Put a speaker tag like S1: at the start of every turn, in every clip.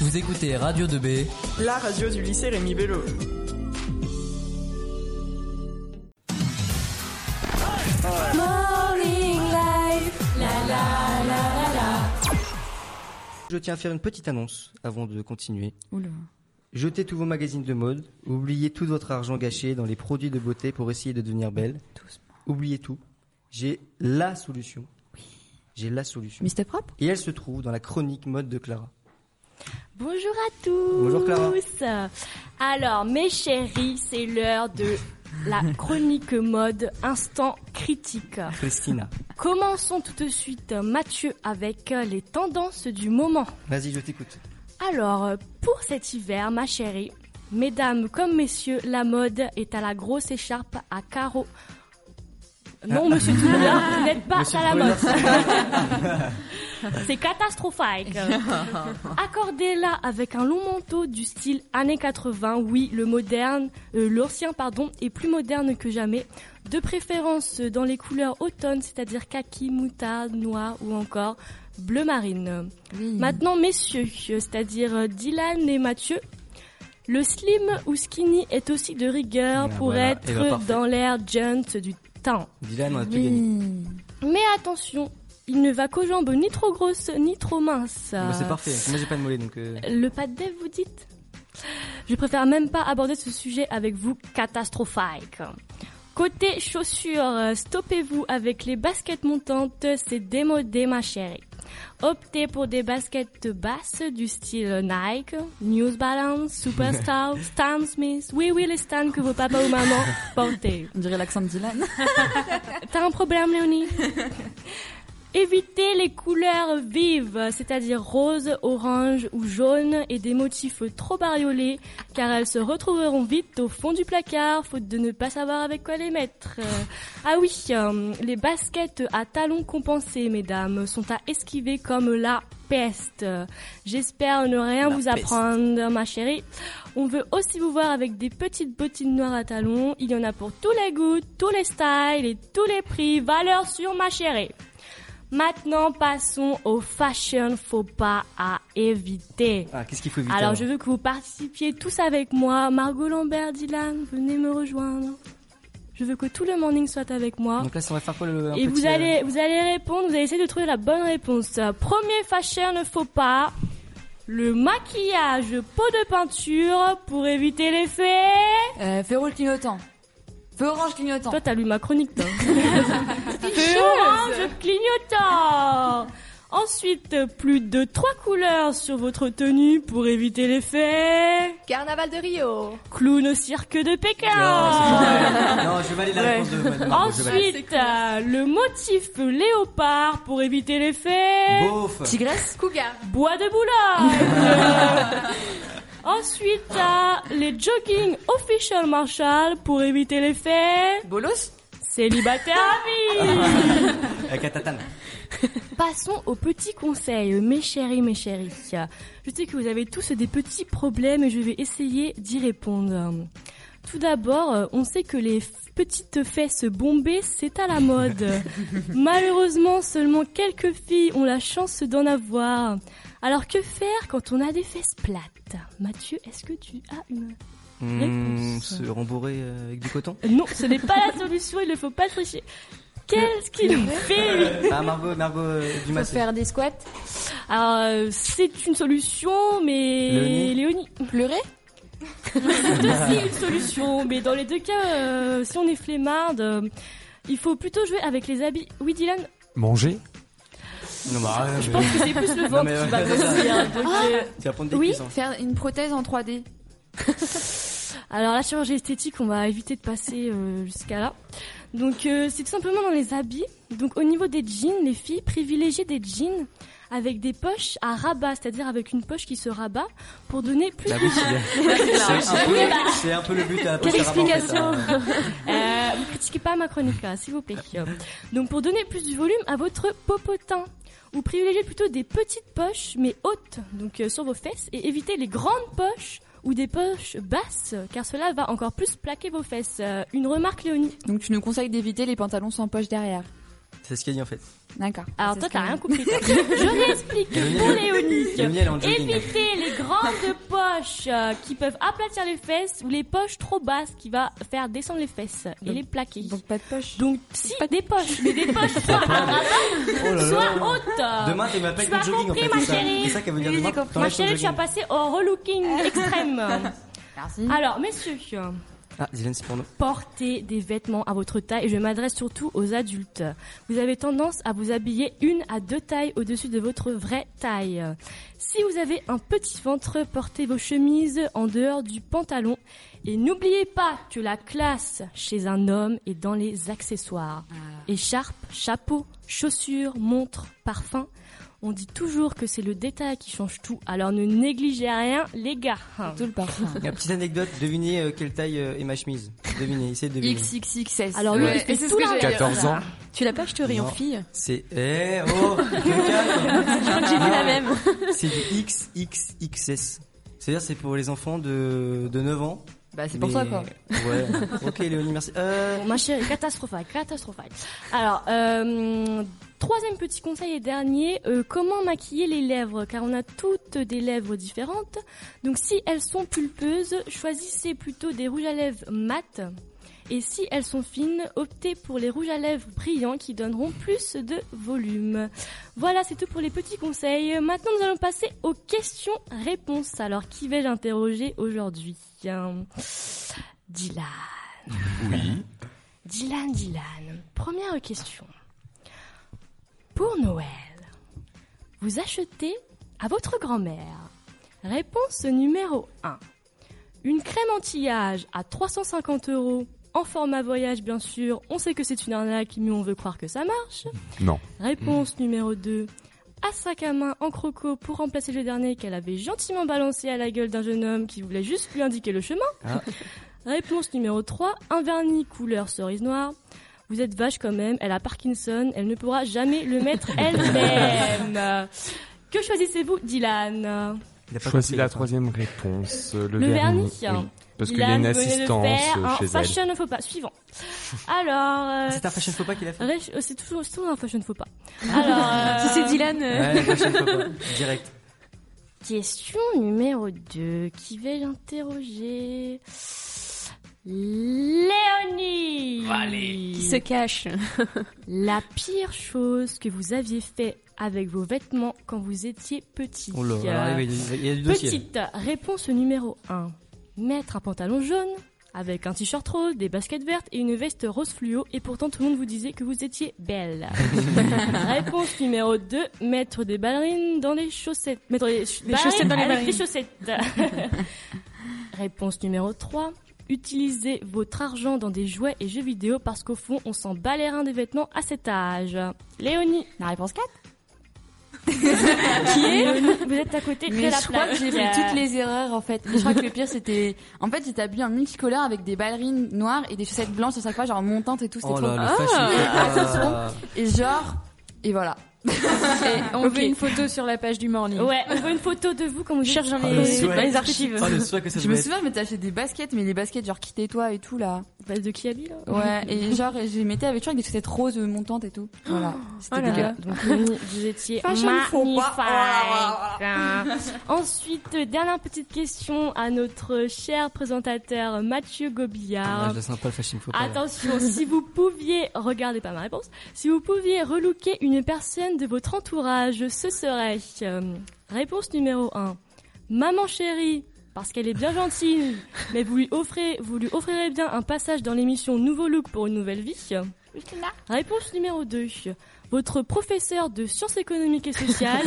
S1: Vous écoutez Radio 2B.
S2: La radio du lycée Rémi Bello.
S3: Je tiens à faire une petite annonce avant de continuer.
S4: Oula.
S3: Jetez tous vos magazines de mode, oubliez tout votre argent gâché dans les produits de beauté pour essayer de devenir belle. Oubliez tout. J'ai la solution. J'ai la solution.
S4: Mais c'était propre
S3: Et elle se trouve dans la chronique mode de Clara.
S5: Bonjour à tous.
S3: Bonjour, Clara.
S5: Alors mes chéris, c'est l'heure de la chronique mode instant critique.
S3: Christina.
S5: Commençons tout de suite Mathieu avec euh, les tendances du moment.
S3: Vas-y, je t'écoute.
S5: Alors euh, pour cet hiver, ma chérie, mesdames comme messieurs, la mode est à la grosse écharpe à carreaux. Non, monsieur Toulard, vous n'êtes pas
S3: Monsieur
S5: à la mode.
S3: Brunner,
S5: C'est catastrophique. Accordez-la avec un long manteau du style années 80. Oui, le moderne, euh, l'ancien pardon, est plus moderne que jamais. De préférence euh, dans les couleurs automne, c'est-à-dire kaki, moutarde, noir ou encore bleu marine. Maintenant, messieurs, euh, c'est-à-dire euh, Dylan et Mathieu. Le slim ou skinny est aussi de rigueur
S3: Ah,
S5: pour
S3: voilà. Eh ben,
S5: être
S3: parfait.
S5: dans l'ère gent du temps.
S3: Dylan, on a tout gagné.
S4: Oui.
S5: Mais attention, il ne va qu'aux jambes ni trop grosses ni trop minces.
S3: Bah, c'est parfait. Moi, j'ai pas de mollet, donc. euh,
S5: Le pas de dev, vous dites Je préfère même pas aborder ce sujet avec vous, catastrophique. Côté chaussures, euh, stoppez-vous avec les baskets montantes, c'est démodé ma chérie. Optez pour des baskets basses du style Nike, News Balance, Superstar, Stan Smith. Oui, oui, les Stan que vos papas ou mamans portaient.
S4: On dirait l'accent de Dylan.
S5: T'as un problème, Léonie Évitez les couleurs vives, c'est-à-dire rose, orange ou jaune, et des motifs trop bariolés, car elles se retrouveront vite au fond du placard, faute de ne pas savoir avec quoi les mettre. Euh, ah oui, euh, les baskets à talons compensés, mesdames, sont à esquiver comme la peste. J'espère ne rien
S3: La
S5: vous
S3: peste.
S5: apprendre, ma chérie. On veut aussi vous voir avec des petites bottines noires à talons. Il y en a pour tous les goûts, tous les styles et tous les prix. Valeur sûre, ma chérie. Maintenant, passons aux fashion faux pas à éviter.
S3: Ah, qu'est-ce qu'il faut éviter
S5: Alors, je veux que vous participiez tous avec moi. Margot Lambert, Dylan, venez me rejoindre. Je veux que tout le morning soit avec moi.
S3: Donc là, on va faire quoi le. un
S5: Et
S3: petit,
S5: vous
S3: euh,
S5: allez, vous allez répondre, vous allez essayer de trouver la bonne réponse. Premier fashion ne faut pas. Le maquillage peau de peinture pour éviter l'effet.
S4: Euh, feu rouge clignotant. Feu orange clignotant.
S5: Toi, t'as lu ma chronique, toi. Feu orange clignotant. Ensuite, plus de trois couleurs sur votre tenue pour éviter l'effet.
S6: Carnaval de Rio.
S5: Clown au cirque de Pékin.
S3: Non, non, je valide la
S5: Ouais.
S3: réponse de Manon, je valide.
S5: Ensuite, euh, le motif léopard pour éviter l'effet.
S3: Beauf.
S4: Tigresse
S6: Cougar.
S5: Bois de Boulogne Ensuite, t'as les jogging official Marshall pour éviter les faits.
S6: Bolos.
S5: Célibataire à vie
S3: Avec la tatane.
S5: Passons aux petits conseils, mes chéris, mes chéris. Je sais que vous avez tous des petits problèmes et je vais essayer d'y répondre. Tout d'abord, euh, on sait que les f- petites fesses bombées, c'est à la mode. Malheureusement, seulement quelques filles ont la chance d'en avoir. Alors que faire quand on a des fesses plates Mathieu, est-ce que tu as une...
S3: Mmh, se rembourrer euh, avec du coton.
S5: Euh, Non, ce n'est pas la solution, il ne faut pas tricher. Qu'est-ce qu'il fait
S3: Ah, Margot, Margot euh,
S4: Faut
S3: Dumas. c'est-
S4: faire des squats.
S5: Alors, euh, c'est une solution, mais...
S3: Léonie
S5: Léonie
S4: Pleurer.
S5: aussi une solution, mais dans les deux cas, euh, si on est flemmarde, euh, il faut plutôt jouer avec les habits. Oui, Dylan,
S7: Manger
S3: Non, bah, ouais,
S5: je
S3: mais-
S5: pense que c'est plus le ventre
S3: mais ouais,
S5: qui va
S3: c'est ça.
S5: grossir. donc, euh,
S3: Tu vas prendre des hein.
S5: Oui.
S3: cuissons.
S6: Faire une prothèse en 3D.
S5: Alors, la chirurgie esthétique, on va éviter de passer euh, jusqu'à là. Donc, euh, c'est tout simplement dans les habits. Donc, au niveau des jeans, les filles privilégiez des jeans avec des poches à rabat, c'est-à-dire avec une poche qui se rabat pour donner plus
S3: Bah
S5: de
S3: oui, c'est- c'est un peu- c'est un peu le but à
S5: bah.
S3: la
S5: Quelle
S3: pochette avant, en fait,
S5: explication
S3: hein.
S5: Euh, Vous critiquez pas ma chronique là, s'il vous plaît. Donc pour donner plus de volume à votre popotin, vous privilégiez plutôt des petites poches mais hautes, donc euh, sur vos fesses, et évitez les grandes poches ou des poches basses, car cela va encore plus plaquer vos fesses. Euh, une remarque, Léonie
S4: Donc tu nous conseilles d'éviter les pantalons sans poche derrière.
S3: C'est ce qu'elle dit en fait.
S6: D'accord.
S5: Alors
S4: C'est
S5: toi,
S4: ce
S5: t'as
S4: que-
S5: rien compris. toi. Je réexplique pour Léonique.
S3: Léonie, elle est en jogging.
S5: Évitez les grandes poches euh, qui peuvent aplatir les fesses ou les poches trop basses qui va faire descendre les fesses et
S6: Donc-
S5: les plaquer. Donc,
S6: Donc pas de poche.
S5: si des poches, mais des poches soit,
S3: Oh là
S5: soit
S3: là.
S5: hautes.
S3: Demain, t'es ma pack
S5: Tu m'as
S3: de jogging en
S5: compris,
S3: fait.
S5: ma
S3: c'est ça.
S5: chérie.
S3: C'est ça qu'elle veut dire
S6: Oui,
S3: demain.
S6: j'ai compris.
S5: Ma
S3: t'enlèves ton
S5: chérie, tu as
S3: jogging.
S5: passé au relooking extrême.
S6: Merci.
S5: Alors, messieurs,
S3: Ah, Dylan, c'est pour nous.
S5: portez des vêtements à votre taille et je m'adresse surtout aux adultes. Vous avez tendance à vous habiller une à deux tailles au-dessus de votre vraie taille. Si vous avez un petit ventre, portez vos chemises en dehors du pantalon et n'oubliez pas que la classe chez un homme est dans les accessoires.
S4: Ah.
S5: Écharpe, chapeau, chaussures, montre, parfum. On dit toujours que c'est le détail qui change tout, alors ne négligez rien les gars.
S6: Tout le parfum.
S3: Une petite anecdote, devinez euh, quelle taille euh, est ma chemise. Devinez, essayez de deviner.
S6: XXXS.
S5: Alors lui,
S4: Ouais,
S5: il fait
S4: et c'est ce
S5: tout
S4: que
S5: l'inverse.
S4: j'allais dire.
S1: 14 ans.
S4: Tu l'as pas acheté au rayon
S3: Non.
S4: fille
S3: C'est. Eh oh te calme.
S4: J'ai vu
S3: Ah.
S4: la même.
S3: C'est du XXXS. C'est-à-dire, c'est pour les enfants de, de 9 ans.
S4: Bah, c'est pour
S3: Mais-
S4: toi, quoi.
S3: Ouais. ok, Léonie, merci. Euh,
S5: Bon, ma chérie, catastrophique, catastrophique. Alors, euh, troisième petit conseil et dernier, euh, comment maquiller les lèvres Car on a toutes des lèvres différentes. Donc si elles sont pulpeuses, choisissez plutôt des rouges à lèvres mat. Et si elles sont fines, optez pour les rouges à lèvres brillants qui donneront plus de volume. Voilà, c'est tout pour les petits conseils. Maintenant, nous allons passer aux questions-réponses. Alors, qui vais-je interroger aujourd'hui Hein. Dylan.
S1: Oui.
S5: Dylan, Dylan, première question. Pour Noël, vous achetez à votre grand-mère, réponse numéro 1, une crème anti-âge à 350 euros, en format voyage bien sûr, on sait que c'est une arnaque, mais on veut croire que ça marche.
S1: Non.
S5: Réponse numéro 2, un sac à main en croco pour remplacer le dernier qu'elle avait gentiment balancé à la gueule d'un jeune homme qui voulait juste lui indiquer le chemin.
S3: Ah.
S5: Réponse numéro 3, un vernis couleur cerise noire. Vous êtes vache quand même, elle a Parkinson, elle ne pourra jamais le mettre elle-même. Que choisissez-vous, Dylan
S3: il a pas
S1: Choisis
S3: compris,
S1: la
S3: la phrase.
S1: troisième réponse. euh, Le,
S5: Le vernis,
S1: oui.
S5: hein.
S1: Parce qu'il y
S5: Dylan,
S1: a une
S5: vous venez de
S1: assistance
S5: faire
S1: euh,
S5: un
S1: chez elle.
S5: fashion faux pas. Suivant. Alors, euh,
S3: C'est un fashion faux pas qu'il a fait.
S5: ré- euh, c'est toujours, c'est toujours un fashion faux pas. Alors,
S4: Si c'est
S5: euh,
S4: Dylan. euh,
S3: Ouais, fashion faux pas. Direct.
S5: Question numéro 2, qui vais-je interroger Léonie
S4: Qui se cache.
S5: La pire chose que vous aviez fait avec vos vêtements quand vous étiez petit.
S3: Oh là, alors, il y a- il y a du dossier.
S5: Petite réponse numéro 1. Mettre un pantalon jaune avec un t-shirt rose, des baskets vertes et une veste rose fluo et pourtant tout le monde vous disait que vous étiez belle. réponse numéro 2. Mettre des ballerines dans les chaussettes. Mettre les, ch-
S4: Les chaussettes dans les
S5: avec les chaussettes. réponse numéro 3. Utilisez votre argent dans des jouets et jeux vidéo parce qu'au fond, on s'en bat les reins des vêtements à cet âge. Léonie,
S4: La réponse 4
S5: qui est Vous êtes à côté de
S6: Mais
S5: la
S6: je crois que
S5: plaque.
S6: j'ai fait toutes les erreurs en fait. Mais je crois que le pire c'était. En fait, j'étais habillée en multicolore avec des ballerines noires et des chaussettes blanches à chaque fois, genre montantes et tout. C'était
S3: Oh
S6: trop.
S4: Ah,
S3: là, le fashion faux pas.
S6: Et genre. Et voilà.
S7: on
S5: Ok.
S7: veut une photo sur la page du morning.
S5: Ouais, on veut une photo de vous comme vous
S4: Cherche dans
S5: êtes.
S3: Ah, le
S4: les,
S3: souhait.
S4: dans les archives.
S3: Oh, le soin que ça
S6: Je
S3: doit
S6: me
S3: être.
S6: souviens, mais t'as acheté des baskets, mais les baskets genre quittez-toi et tout là.
S5: Bah, de Kiabi là
S6: Ouais, et genre, et j'ai mettais avec toi avec des chaussettes roses montantes euh, et tout. Voilà. C'était
S7: Oh là
S6: dégueulasse.
S7: là.
S5: Donc Léonie, vous étiez
S6: Fashion faux
S5: Oh
S6: pas.
S5: magnifique. Ensuite, euh, dernière petite question à notre cher présentateur Mathieu
S3: Ah,
S5: Gobillard.
S3: je la sens pas le fashion faux pas. là.
S5: Attention, si vous pouviez, regardez pas ma réponse, si vous pouviez relooker une personne de votre entourage, ce serait euh, réponse numéro 1. Maman chérie, parce qu'elle est bien gentille, mais vous lui offrez, vous lui offrirez bien un passage dans l'émission Nouveau look pour une nouvelle vie. Réponse numéro 2. Votre professeur de sciences économiques et sociales,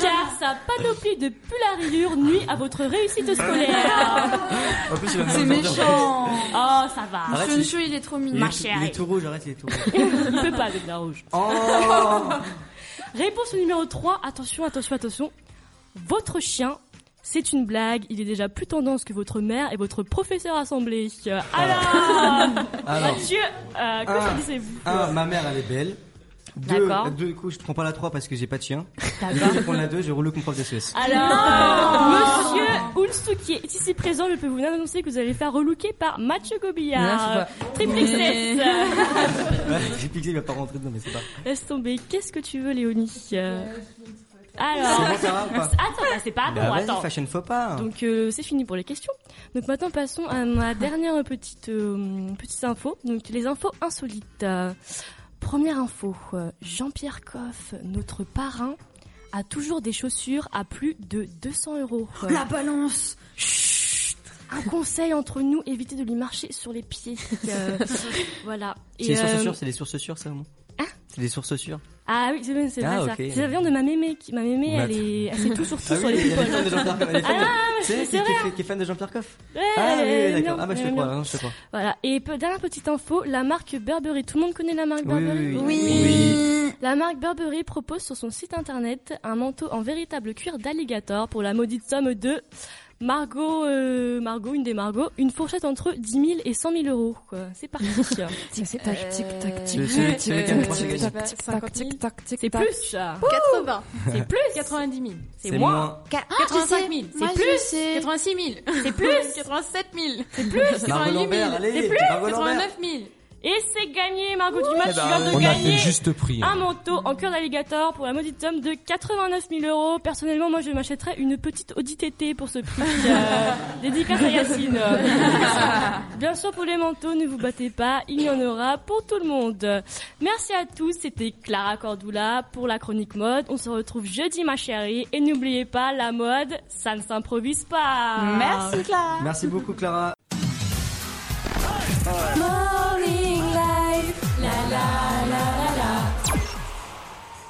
S5: car sa panoplie de pulls à rayures nuit à votre réussite scolaire.
S3: En plus, il va me
S6: C'est
S3: faire dire-
S6: méchant.
S5: Oh, ça va.
S3: Arrête,
S6: Chouchou,
S3: il-
S6: il est trop
S3: il
S6: mignon.
S5: Ma
S3: est tout- Il
S5: chérie.
S3: est tout rouge, arrête, il est tout rouge.
S5: Il peut pas devenir rouge.
S3: Oh
S5: Réponse numéro 3, attention, attention, attention. Votre chien, c'est une blague, il est déjà plus tendance que votre mère et votre professeur assemblé. Euh, Alors,
S3: Alors,
S5: Mathieu, euh, que
S3: Ah.
S5: choisissez-vous
S3: un, ma mère, Ah, elle est belle. Deux,
S5: D'accord.
S3: deux couches, je prends pas la 3 parce que j'ai pas de chien. Du coup,
S4: D'accord.
S3: je prends la 2, je roule le contrôle de Suez.
S5: Alors, monsieur Oulsou qui est ici présent, je peux vous annoncer que vous allez faire relooker par Mathieu
S6: Non,
S5: Gobillard. Triplexes. Ah.
S3: J'ai piqué, il va pas rentrer dedans, mais c'est pas.
S5: Laisse tomber. Qu'est-ce que tu veux, Léonie Euh,
S3: C'est
S5: Alors,
S3: bon, ça va ou pas
S5: attends, bah, c'est pas Ah. bon,
S3: Bah,
S5: attends.
S3: vas-y, fashion faux pas.
S5: Donc euh, c'est fini pour les questions. Donc maintenant passons à ma dernière petite euh, petite info. Donc les infos insolites. Euh, première info, euh, Jean-Pierre Coff, notre parrain, a toujours des chaussures à plus de 200 euros. Euh,
S6: La balance
S5: Un conseil entre nous, évitez de lui marcher sur les pieds. Euh, voilà.
S3: C'est des
S5: euh, Hein
S3: sources sûres, c'est des sources sûres, ça, au moins C'est des sources sûres.
S5: ah oui, c'est c'est vrai
S3: Ah,
S5: ça.
S3: ok.
S5: Ça vient de ma mémé. Qui, ma mémé,
S3: Mat.
S5: elle est, elle sait tout sur tout
S3: Ah
S5: sur
S3: oui,
S5: les
S3: il y a des
S5: people. Ah,
S3: fans de Jean-Pierre Coff. elle est fan de- Tu
S5: c'est
S3: sais, qui- qui
S5: vrai.
S3: est fait- qui est fan de Jean-Pierre Coff
S5: Ouais,
S3: Ah
S5: elle
S3: oui,
S5: est
S3: d'accord.
S5: mignonne,
S3: Ah bah je
S5: elle est
S3: te crois,
S5: mignonne.
S3: hein, je te crois.
S5: Voilà. Et pe- dernière petite info, la marque Burberry. Tout le monde connaît la marque
S3: Oui,
S5: Burberry.
S3: oui,
S6: Oui
S5: La marque Burberry propose sur son site internet un manteau en véritable cuir d'alligator pour la maudite somme de Margot, euh, Margot, une des Margot, une fourchette entre 10 000 et 100 000 euros. quoi. C'est parti.
S6: Tic tac tic tac
S3: C'est le petit mec qui a
S6: euh,
S3: le prochain gagnant.
S7: Tic, tac, tic, tac, tic,
S5: C'est
S7: tac.
S5: plus.
S7: 80.
S5: C'est plus.
S7: 90 000.
S5: C'est moins.
S7: Ah, 85 000.
S6: Moi,
S7: C'est
S6: je
S7: plus.
S6: sais.
S7: 86 000. C'est plus. 87 000. C'est plus.
S3: Margot
S7: 88 000.
S3: Lambert, allez,
S7: C'est
S3: Margot
S7: plus.
S3: Lambert.
S7: 89 000.
S5: Et c'est gagné, Margot Dumas.
S3: Eh
S5: tu
S3: ben,
S5: viens de
S1: On a fait
S5: gagner
S1: le juste prix.
S5: un
S1: hein.
S5: manteau en cuir d'alligator pour la maudite somme de 89 000 euros. Personnellement, moi, je m'achèterais une petite Audi TT pour ce prix. Euh, dédicace à Yacine. Bien sûr, pour les manteaux, ne vous battez pas, il y en aura pour tout le monde. Merci à tous, c'était Clara Cordula pour la chronique mode. On se retrouve jeudi, ma chérie. Et n'oubliez pas, la mode, ça ne s'improvise pas.
S6: Merci Clara
S3: Merci beaucoup, Clara.
S4: Morning life, la la